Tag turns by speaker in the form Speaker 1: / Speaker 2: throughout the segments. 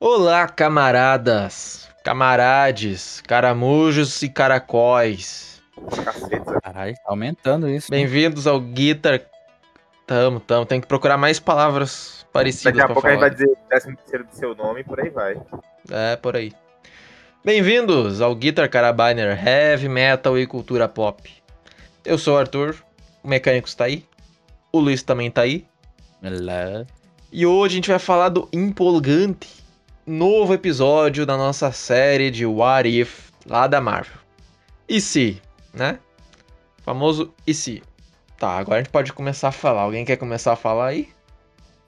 Speaker 1: Olá, camaradas, camarades, caramujos e caracóis.
Speaker 2: Caceta.
Speaker 3: Caralho, tá aumentando isso.
Speaker 1: Bem-vindos ao Guitar. Tamo, tamo. Tem que procurar mais palavras parecidas
Speaker 2: Daqui a
Speaker 1: pra
Speaker 2: pouco a gente
Speaker 1: falar.
Speaker 2: vai dizer o décimo terceiro do seu nome e por aí vai.
Speaker 1: É, por aí. Bem-vindos ao Guitar Carabiner Heavy Metal e Cultura Pop. Eu sou o Arthur, o Mecânicos tá aí, o Luiz também tá aí,
Speaker 3: Lá.
Speaker 1: e hoje a gente vai falar do empolgante novo episódio da nossa série de What If lá da Marvel. E se, né? Famoso e se. Tá, agora a gente pode começar a falar. Alguém quer começar a falar aí?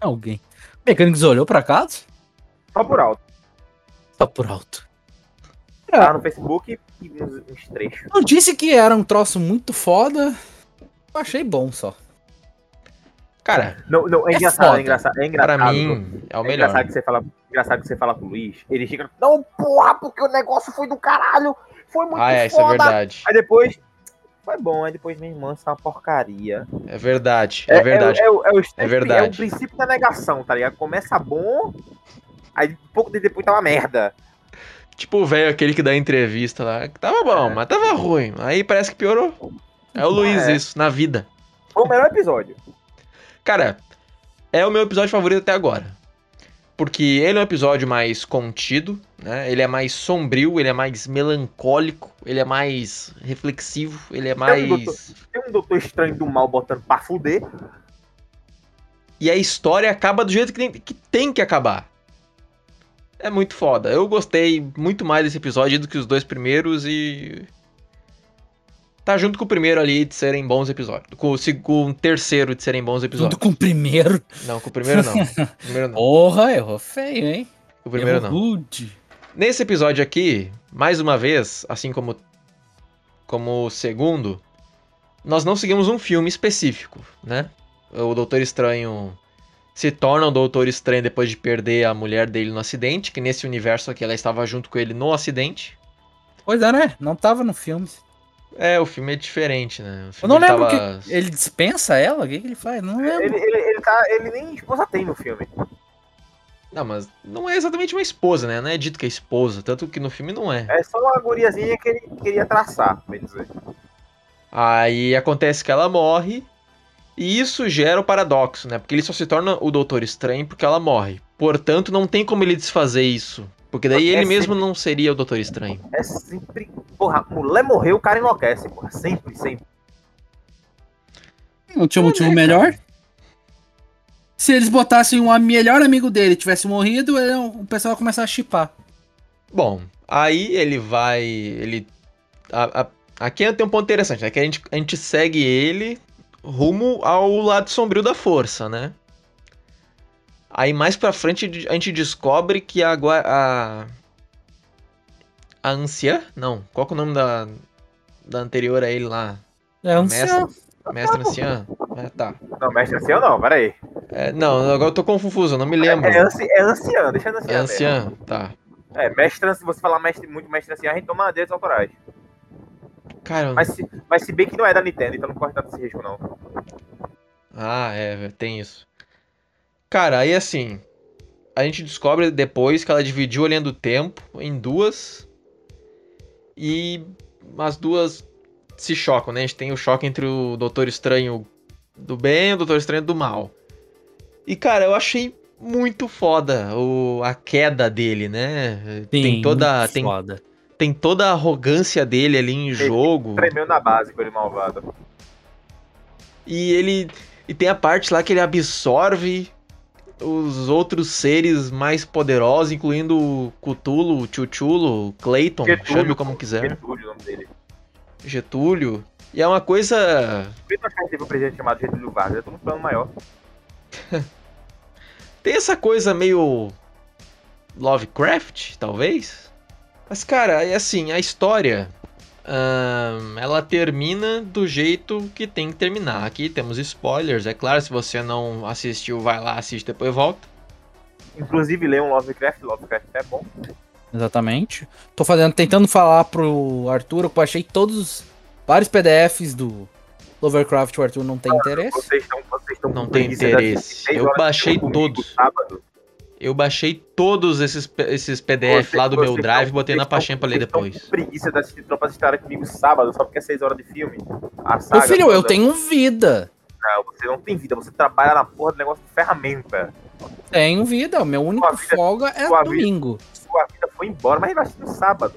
Speaker 3: Alguém. O Mecânicos olhou pra casa?
Speaker 2: Só por alto.
Speaker 3: Tá por alto.
Speaker 1: É.
Speaker 2: Tá no Facebook e uns, uns trechos.
Speaker 3: Eu disse que era um troço muito foda. Eu achei bom só.
Speaker 1: Cara,
Speaker 2: Não, não, é,
Speaker 3: É
Speaker 2: engraçado,
Speaker 3: foda.
Speaker 2: é engraçado, é engraçado.
Speaker 1: pra mim é o
Speaker 2: é
Speaker 1: melhor.
Speaker 2: engraçado que você fala, engraçado que você fala pro Luiz, ele fica, não, porra, porque o negócio foi do caralho, foi muito
Speaker 1: Ah, é, isso é
Speaker 2: foda.
Speaker 1: verdade.
Speaker 2: Aí depois, foi bom, aí depois minha irmã, isso é uma porcaria.
Speaker 1: É verdade, é verdade.
Speaker 2: É, o- é o- é o
Speaker 1: É
Speaker 2: princípio-
Speaker 1: verdade.
Speaker 2: é o princípio da negação, tá ligado? Começa bom, aí pouco tempo depois tá uma merda.
Speaker 1: Tipo o velho aquele que dá entrevista lá. que Tava bom,
Speaker 2: É.
Speaker 1: mas tava ruim. Aí parece que piorou. É o Luiz
Speaker 2: É.
Speaker 1: isso, na vida.
Speaker 2: Foi o melhor episódio.
Speaker 1: Cara, é o meu episódio favorito até agora. Porque ele é um episódio mais contido, né? Ele é mais sombrio, ele é mais melancólico, ele é mais reflexivo, ele é mais.
Speaker 2: Tem um doutor estranho do mal botando pra fuder,
Speaker 1: E a história acaba do jeito que tem que, tem que acabar. É muito foda. Eu gostei muito mais desse episódio do que os dois primeiros e. Tá junto com o primeiro ali de serem bons episódios. Com o, seg- com o terceiro de serem bons
Speaker 3: Tudo
Speaker 1: episódios.
Speaker 3: com o primeiro.
Speaker 1: Não, com o primeiro não. O primeiro não.
Speaker 3: Porra, errou feio, hein?
Speaker 1: O primeiro
Speaker 3: errou
Speaker 1: não.
Speaker 3: rude.
Speaker 1: Nesse episódio aqui, mais uma vez, assim como como o segundo, nós não seguimos um filme específico, né? O Doutor Estranho se torna o Doutor Estranho depois de perder a mulher dele no acidente, que nesse universo aqui ela estava junto com ele no acidente.
Speaker 3: Pois é, né? Não tava no filme.
Speaker 1: É, o filme é diferente, né? O
Speaker 3: Eu
Speaker 1: filme
Speaker 3: não lembro o
Speaker 1: tava-
Speaker 3: que. Ele dispensa ela? O que, que ele faz? Não lembro.
Speaker 2: ele, ele, ele, tá, ele nem esposa tem no filme.
Speaker 1: Não, mas não é exatamente uma esposa, né? Não é dito que é esposa, tanto que no filme não é.
Speaker 2: É só uma guriazinha que ele queria traçar, bem dizer.
Speaker 1: Aí acontece que ela morre, e isso gera o paradoxo, né? Porque ele só se torna o Doutor Estranho porque ela morre. Portanto, não tem como ele desfazer isso. Porque daí
Speaker 2: Porque é
Speaker 1: ele mesmo não seria o Doutor Estranho.
Speaker 2: É sempre. Porra, mulher morreu, o cara enlouquece, porra. Sempre, sempre.
Speaker 4: Não tinha um
Speaker 1: É,
Speaker 4: motivo
Speaker 1: né,
Speaker 4: melhor? Se eles botassem um am- melhor amigo dele tivesse morrido, ele- o pessoal ia começar a chipar.
Speaker 1: Bom, aí ele vai. Ele. a- a- aqui tem um ponto interessante, né? Que a gente, a gente segue ele rumo ao lado sombrio da força, né? Aí mais pra frente a gente descobre que a. gua- A, a anciã? Não. Qual que é o nome da. Da anterior a ele lá?
Speaker 3: É um céu.
Speaker 1: Mestre anciã? É, tá.
Speaker 2: Não, mestre ancião não, peraí.
Speaker 1: É, não, agora eu tô confuso, eu não me
Speaker 2: É,
Speaker 1: lembro.
Speaker 2: é, anci, é anciã, deixa no
Speaker 1: É
Speaker 2: anciã. mesmo.
Speaker 1: anciã? Tá.
Speaker 2: É, mestre, se você falar mestre, muito mestre anciã, a gente toma dedos ao coragem.
Speaker 1: Hum. Cara, eu-
Speaker 2: Mas se, mas se bem que não é da Nintendo, então não corre tanto esse risco,
Speaker 1: Hum.
Speaker 2: não.
Speaker 1: Ah, é, velho, tem isso. Cara, aí assim, a gente descobre depois que ela dividiu a linha do tempo em duas e as duas se chocam, né? A gente tem o choque entre o Doutor Estranho do bem e o Doutor Estranho do mal. E cara, eu achei muito foda o, a queda dele, né? tem toda
Speaker 3: muito
Speaker 1: tem,
Speaker 3: Foda.
Speaker 1: tem toda a arrogância dele ali em jogo.
Speaker 2: Tremeu na base com ele malvado.
Speaker 1: E ele. E tem a parte lá que ele absorve os outros seres mais poderosos, incluindo o Cthulhu, o Chuchulo, o Clayton,
Speaker 2: Getúlio,
Speaker 1: chame como quiser,
Speaker 2: Getúlio, o nome dele.
Speaker 1: Getúlio. E é uma coisa.
Speaker 2: Por que acho que teve um presidente chamado Getúlio Vargas? Eu tô num plano maior.
Speaker 1: Tem essa coisa meio. Lovecraft, talvez? Mas, cara, é assim, a história. ahn, ela termina do jeito que tem que terminar. Aqui temos spoilers, é claro, se você não assistiu, vai lá, assiste, depois volta.
Speaker 2: Inclusive, leia um Lovecraft, Lovecraft é bom.
Speaker 3: Exatamente. Tô fazendo, tentando falar pro Arthur que eu achei todos os- vários PDFs do Overcraft o
Speaker 2: Ah,
Speaker 3: Arthur não tem interesse.
Speaker 2: Vocês estão vocês estão
Speaker 1: Não
Speaker 2: com
Speaker 1: tem
Speaker 2: preguiça de assistir
Speaker 1: interesse.
Speaker 2: seis
Speaker 1: Eu
Speaker 2: é horas de
Speaker 1: baixei
Speaker 2: filme comigo
Speaker 1: todos.
Speaker 2: sábado.
Speaker 1: Eu baixei todos esses, P- esses PDF lá do meu
Speaker 2: Vocês
Speaker 1: drive,
Speaker 2: tão-
Speaker 1: botei na
Speaker 2: assim, tá- vocês
Speaker 1: pastinha
Speaker 2: tão-
Speaker 1: pra ler
Speaker 2: vocês tão
Speaker 1: depois.
Speaker 2: com preguiça de assistir Tropas História comigo sábado, só porque é 6 horas de filme. A
Speaker 3: Meu
Speaker 2: saga
Speaker 3: filho, eu
Speaker 2: toda.
Speaker 3: tenho vida.
Speaker 2: Não, você não tem vida, você trabalha na porra do negócio de ferramenta.
Speaker 3: Tenho vida. Meu único
Speaker 2: Sua vida-
Speaker 3: folga é
Speaker 2: sua vida-
Speaker 3: domingo.
Speaker 2: Sua vida foi embora, mas ele vai assistir no sábado.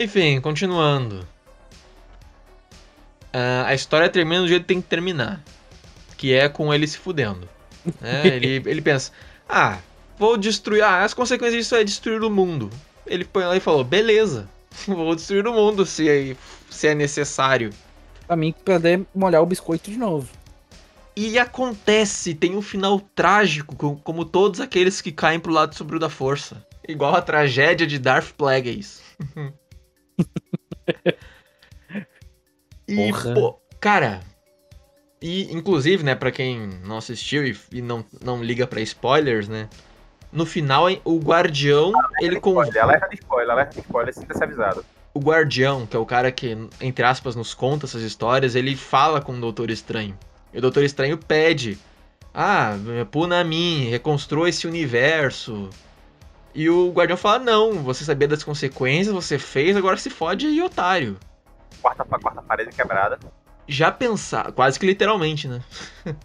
Speaker 1: Enfim, continuando. Ah, a história termina do jeito que tem que terminar. Que é com ele se fudendo. né? ele, ele pensa, ah, vou destruir. Ah, as consequências disso é destruir o mundo. Ele põe lá e falou, beleza, vou destruir o mundo se é, se é necessário.
Speaker 3: Pra mim, poder molhar o biscoito de novo.
Speaker 1: E acontece, tem um final trágico, co- como todos aqueles que caem pro lado sombrio da força. Igual a tragédia de Darth Plagueis. e,
Speaker 3: Porra.
Speaker 1: pô, cara. E, inclusive, né, pra quem não assistiu e, e não, não liga pra spoilers, né? No final, hein, o guardião, ele com
Speaker 2: Spoiler, alerta de spoiler, alerta de spoiler, sinta-se avisado.
Speaker 1: o guardião, que é o cara que, entre aspas, nos conta essas histórias, ele fala com o Doutor Estranho. E o Doutor Estranho pede: Ah, puna a mim, reconstrua esse universo. E o guardião fala: Não, você sabia das consequências, você fez, agora se fode aí, otário.
Speaker 2: Quarta, pa- quarta parede quebrada.
Speaker 1: Já pensar, quase que literalmente, né?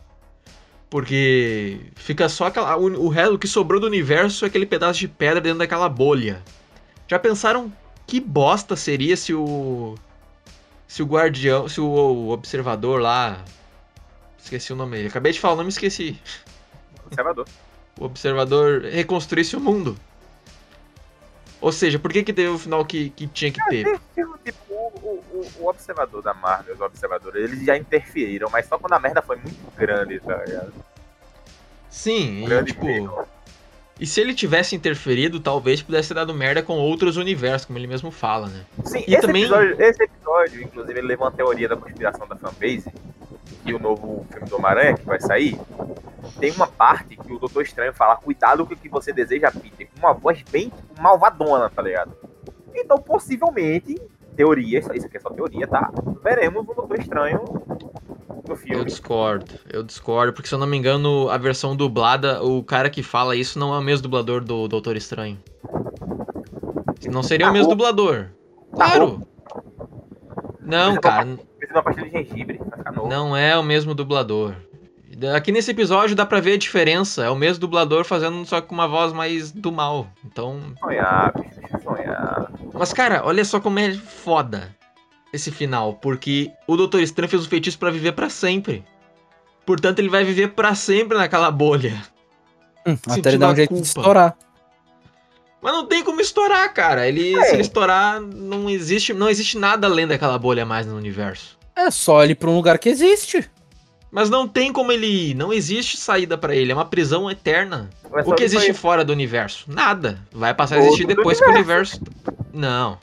Speaker 1: Porque fica só aquela. O, o resto o que sobrou do universo é aquele pedaço de pedra dentro daquela bolha. Já pensaram que bosta seria se o. Se o guardião. Se o, o observador lá. Esqueci o nome dele. Acabei de falar o nome e esqueci.
Speaker 2: Observador.
Speaker 1: O observador reconstruísse o mundo. Ou seja, por que, que teve o final que, que tinha que ter?
Speaker 2: Tipo, tipo, o, o- o- o observador da Marvel, os observadores, eles já interferiram, mas só quando a merda foi muito grande, tá ligado?
Speaker 1: Sim, e
Speaker 2: Grande
Speaker 1: tipo.
Speaker 2: mesmo.
Speaker 1: E se ele tivesse interferido, talvez pudesse ter dado merda com outros universos, como ele mesmo fala, né?
Speaker 2: Sim,
Speaker 1: e
Speaker 2: esse,
Speaker 1: também-
Speaker 2: episódio, esse episódio, inclusive, ele levou uma teoria da conspiração da fanbase. E o novo filme do Homem-Aranha, que vai sair, tem uma parte que o Doutor Estranho fala: cuidado com o que você deseja, Peter, com uma voz bem tipo, malvadona, tá ligado? Então, possivelmente, teoria, isso isso aqui é só teoria, tá? Veremos o Doutor Estranho no
Speaker 1: Eu
Speaker 2: filme.
Speaker 1: discordo, eu discordo, porque se eu não me engano, a versão dublada, o cara que fala isso não é o mesmo dublador do Doutor Estranho. Não seria o
Speaker 2: Tá
Speaker 1: mesmo
Speaker 2: louco.
Speaker 1: dublador. Claro! Não, cara,
Speaker 2: Fiz uma pastilha de gengibre, vai ficar novo.
Speaker 1: não é o mesmo dublador. Aqui nesse episódio dá pra ver a diferença. É o mesmo dublador fazendo só com uma voz mais do mal. Então,
Speaker 2: Sonhar, bicho, deixa eu sonhar.
Speaker 1: Mas, cara, olha só como é foda esse final, porque o Doutor Estranho fez um feitiço pra viver pra sempre. Portanto, ele vai viver pra sempre naquela bolha.
Speaker 3: Hum,
Speaker 1: Sentido
Speaker 3: até ele dar
Speaker 1: da
Speaker 3: um jeito de
Speaker 1: culpa.
Speaker 3: estourar.
Speaker 1: Mas não tem como estourar, cara. Ele, se
Speaker 2: É.
Speaker 1: ele estourar, não existe, não existe nada além daquela bolha mais no universo.
Speaker 3: É só ele ir pra um lugar que existe.
Speaker 1: Mas não tem como ele, não existe saída pra ele, é uma prisão eterna.
Speaker 2: Mas É só
Speaker 1: O que
Speaker 2: isso
Speaker 1: existe
Speaker 2: aí.
Speaker 1: fora do universo? Nada. Vai passar a
Speaker 2: Todo
Speaker 1: existir depois que o universo. Não.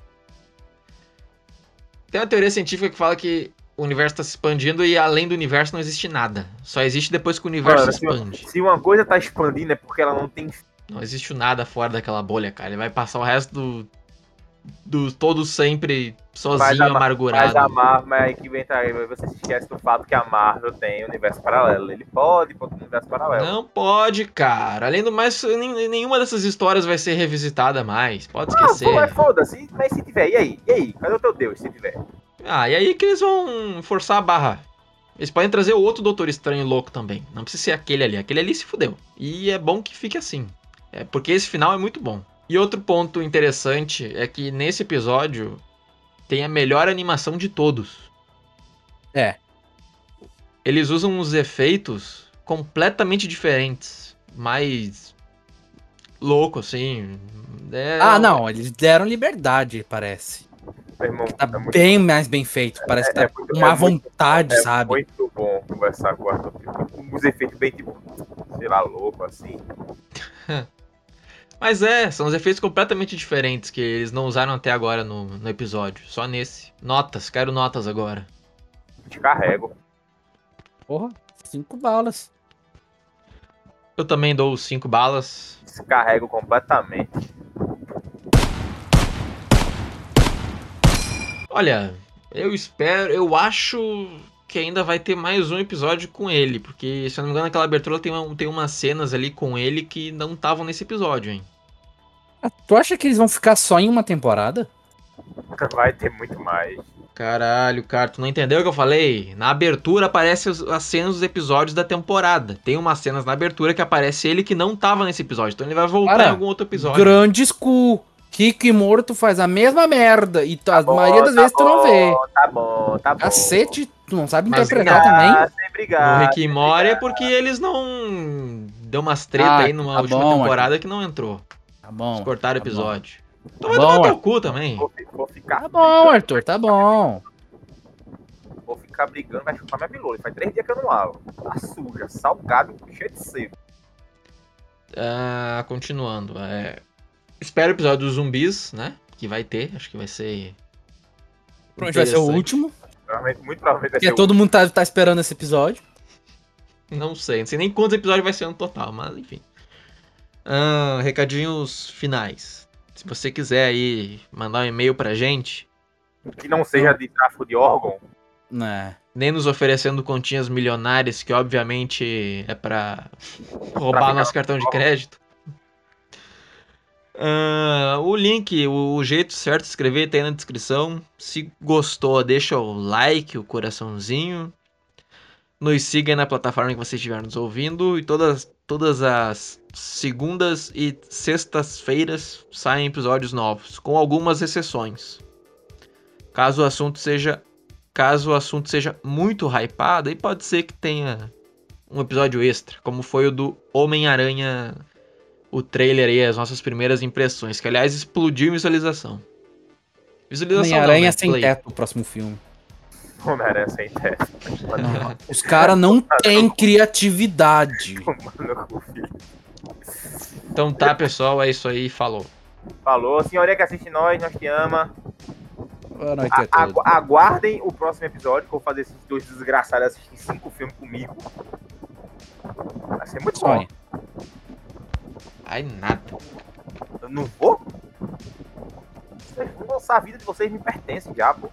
Speaker 1: Tem uma teoria científica que fala que o universo está se expandindo e além do universo não existe nada. Só existe depois que o universo
Speaker 2: Mano,
Speaker 1: se
Speaker 2: assim, ó,
Speaker 1: expande.
Speaker 2: Se uma coisa tá expandindo é porque ela não tem
Speaker 1: Não existe o nada fora daquela bolha, cara. Ele vai passar o resto do. do todo sempre
Speaker 2: Mas
Speaker 1: sozinho,
Speaker 2: a Ma- Mas
Speaker 1: amargurado.
Speaker 2: a Marvel, mas aí que vem tá aí, mas você se esquece do fato que a Marvel tem um universo paralelo. Ele pode ir pra outro universo paralelo.
Speaker 1: Não pode, cara. Além do mais, nem- nenhuma dessas histórias vai ser revisitada mais. Pode esquecer.
Speaker 2: Ah, Pô, mas foda-se, mas se tiver, e aí? E aí? Cadê o teu Deus se tiver?
Speaker 1: Ah, e aí que eles vão forçar a barra. Eles podem trazer o outro Doutor Estranho louco também. Não precisa ser aquele ali. Aquele ali se fudeu. E é bom que fique assim. É porque esse final é muito bom. E outro ponto interessante é que nesse episódio tem a melhor animação de todos.
Speaker 3: É.
Speaker 1: Eles usam uns efeitos completamente diferentes. Mais louco, assim. É-
Speaker 3: Ah, não. Eles deram liberdade, parece.
Speaker 2: Meu irmão,
Speaker 3: Tá
Speaker 2: é muito,
Speaker 3: bem mais bem feito. Parece que tá
Speaker 2: muito-
Speaker 3: com uma
Speaker 2: é muito-
Speaker 3: vontade,
Speaker 2: é
Speaker 3: sabe?
Speaker 2: muito bom conversar com o Arthur. Fica com Uns efeitos bem tipo, sei lá, louco assim.
Speaker 1: Mas é, são os efeitos completamente diferentes que eles não usaram até agora no, no episódio. Só nesse. Notas, quero notas agora.
Speaker 2: Descarrego.
Speaker 3: Porra, cinco balas.
Speaker 1: Eu também dou 5 balas.
Speaker 2: Descarrego completamente.
Speaker 1: Olha, eu espero, eu acho que ainda vai ter mais um episódio com ele, porque, se eu não me engano, aquela abertura tem, uma- tem umas cenas ali com ele que não estavam nesse episódio, hein?
Speaker 3: Ah, Tu acha que eles vão ficar só em uma temporada?
Speaker 2: Vai ter muito mais.
Speaker 1: Caralho, cara, tu não entendeu o que eu falei? Na abertura aparecem os- as cenas dos episódios da temporada. Tem umas cenas na abertura que aparece ele que não tava nesse episódio, então ele vai voltar
Speaker 3: Cara,
Speaker 1: em algum outro episódio.
Speaker 3: Grande cu. Kiko e morto faz a mesma merda. E tu- a
Speaker 2: bom,
Speaker 3: maioria das
Speaker 2: tá
Speaker 3: vezes tu não
Speaker 2: bom,
Speaker 3: vem.
Speaker 2: Tá bom, tá bom.
Speaker 3: Cacete, tu não sabe
Speaker 1: Mas
Speaker 3: interpretar também?
Speaker 2: Ah, sem
Speaker 1: No
Speaker 2: brigar.
Speaker 1: Rick e Morty é porque eles não. Deu umas treta
Speaker 3: Ah,
Speaker 1: aí numa
Speaker 3: tá
Speaker 1: última
Speaker 3: bom,
Speaker 1: temporada que não entrou.
Speaker 3: Tá
Speaker 1: Eles
Speaker 3: bom.
Speaker 1: cortaram o
Speaker 3: tá bom.
Speaker 1: episódio.
Speaker 3: Tá
Speaker 1: Então vai
Speaker 3: bom,
Speaker 1: tomar teu
Speaker 3: Arthur.
Speaker 1: cu também.
Speaker 2: Vou, fi- vou ficar.
Speaker 3: Tá bom,
Speaker 2: brigando,
Speaker 3: Arthur, tá bom.
Speaker 2: Vou ficar brigando, vai chupar minha bilona. Faz três dias que eu não lavo. Tá suja, salgado, cheio de seco.
Speaker 1: Ah, continuando. é, Espero o episódio dos zumbis, né? Que vai ter, acho que vai ser.
Speaker 3: Pronto, vai ser o
Speaker 1: interessante.
Speaker 3: último.
Speaker 2: Provavelmente, muito provavelmente vai
Speaker 3: Porque
Speaker 2: ser
Speaker 3: todo mundo tá, tá esperando esse episódio.
Speaker 1: Não sei, não sei nem quantos episódios vai ser no total, mas enfim. Ah, recadinhos finais. Se você quiser aí mandar um e-mail pra gente,
Speaker 2: o- um que não seja de tráfico de órgão.
Speaker 3: Né?
Speaker 1: nem nos oferecendo continhas milionárias, que obviamente é pra roubar nosso cartão de crédito. Ah, o link, o, o jeito certo de escrever tá aí na descrição. Se gostou, deixa o like, o coraçãozinho. Nos siga aí na plataforma que você estiver nos ouvindo. E todas, todas as segundas e sextas-feiras saem episódios novos, com algumas exceções. Caso o assunto seja caso o assunto seja muito hypado, aí pode ser que tenha um episódio extra, como foi o do Homem-Aranha, o trailer aí, as nossas primeiras impressões, que aliás explodiu em visualização. Visualização não,
Speaker 3: Homem-Aranha
Speaker 1: né?
Speaker 3: sem
Speaker 1: Play.
Speaker 3: teto, o próximo filme.
Speaker 2: Homem-Aranha sem teste.
Speaker 3: Os caras não têm criatividade.
Speaker 2: Mano, o filho.
Speaker 1: Então tá, pessoal, é isso aí, falou.
Speaker 2: Falou, senhoria que assiste nós, nós te ama.
Speaker 3: Boa noite
Speaker 2: A-
Speaker 3: a todos.
Speaker 2: agu- aguardem o próximo episódio, que eu vou fazer esses dois desgraçados assistir cinco filmes comigo. Vai ser muito bom.
Speaker 3: Sonha.
Speaker 1: Ai, nada.
Speaker 2: Eu não vou? Vocês vão lançar a vida de vocês me pertence, diabo.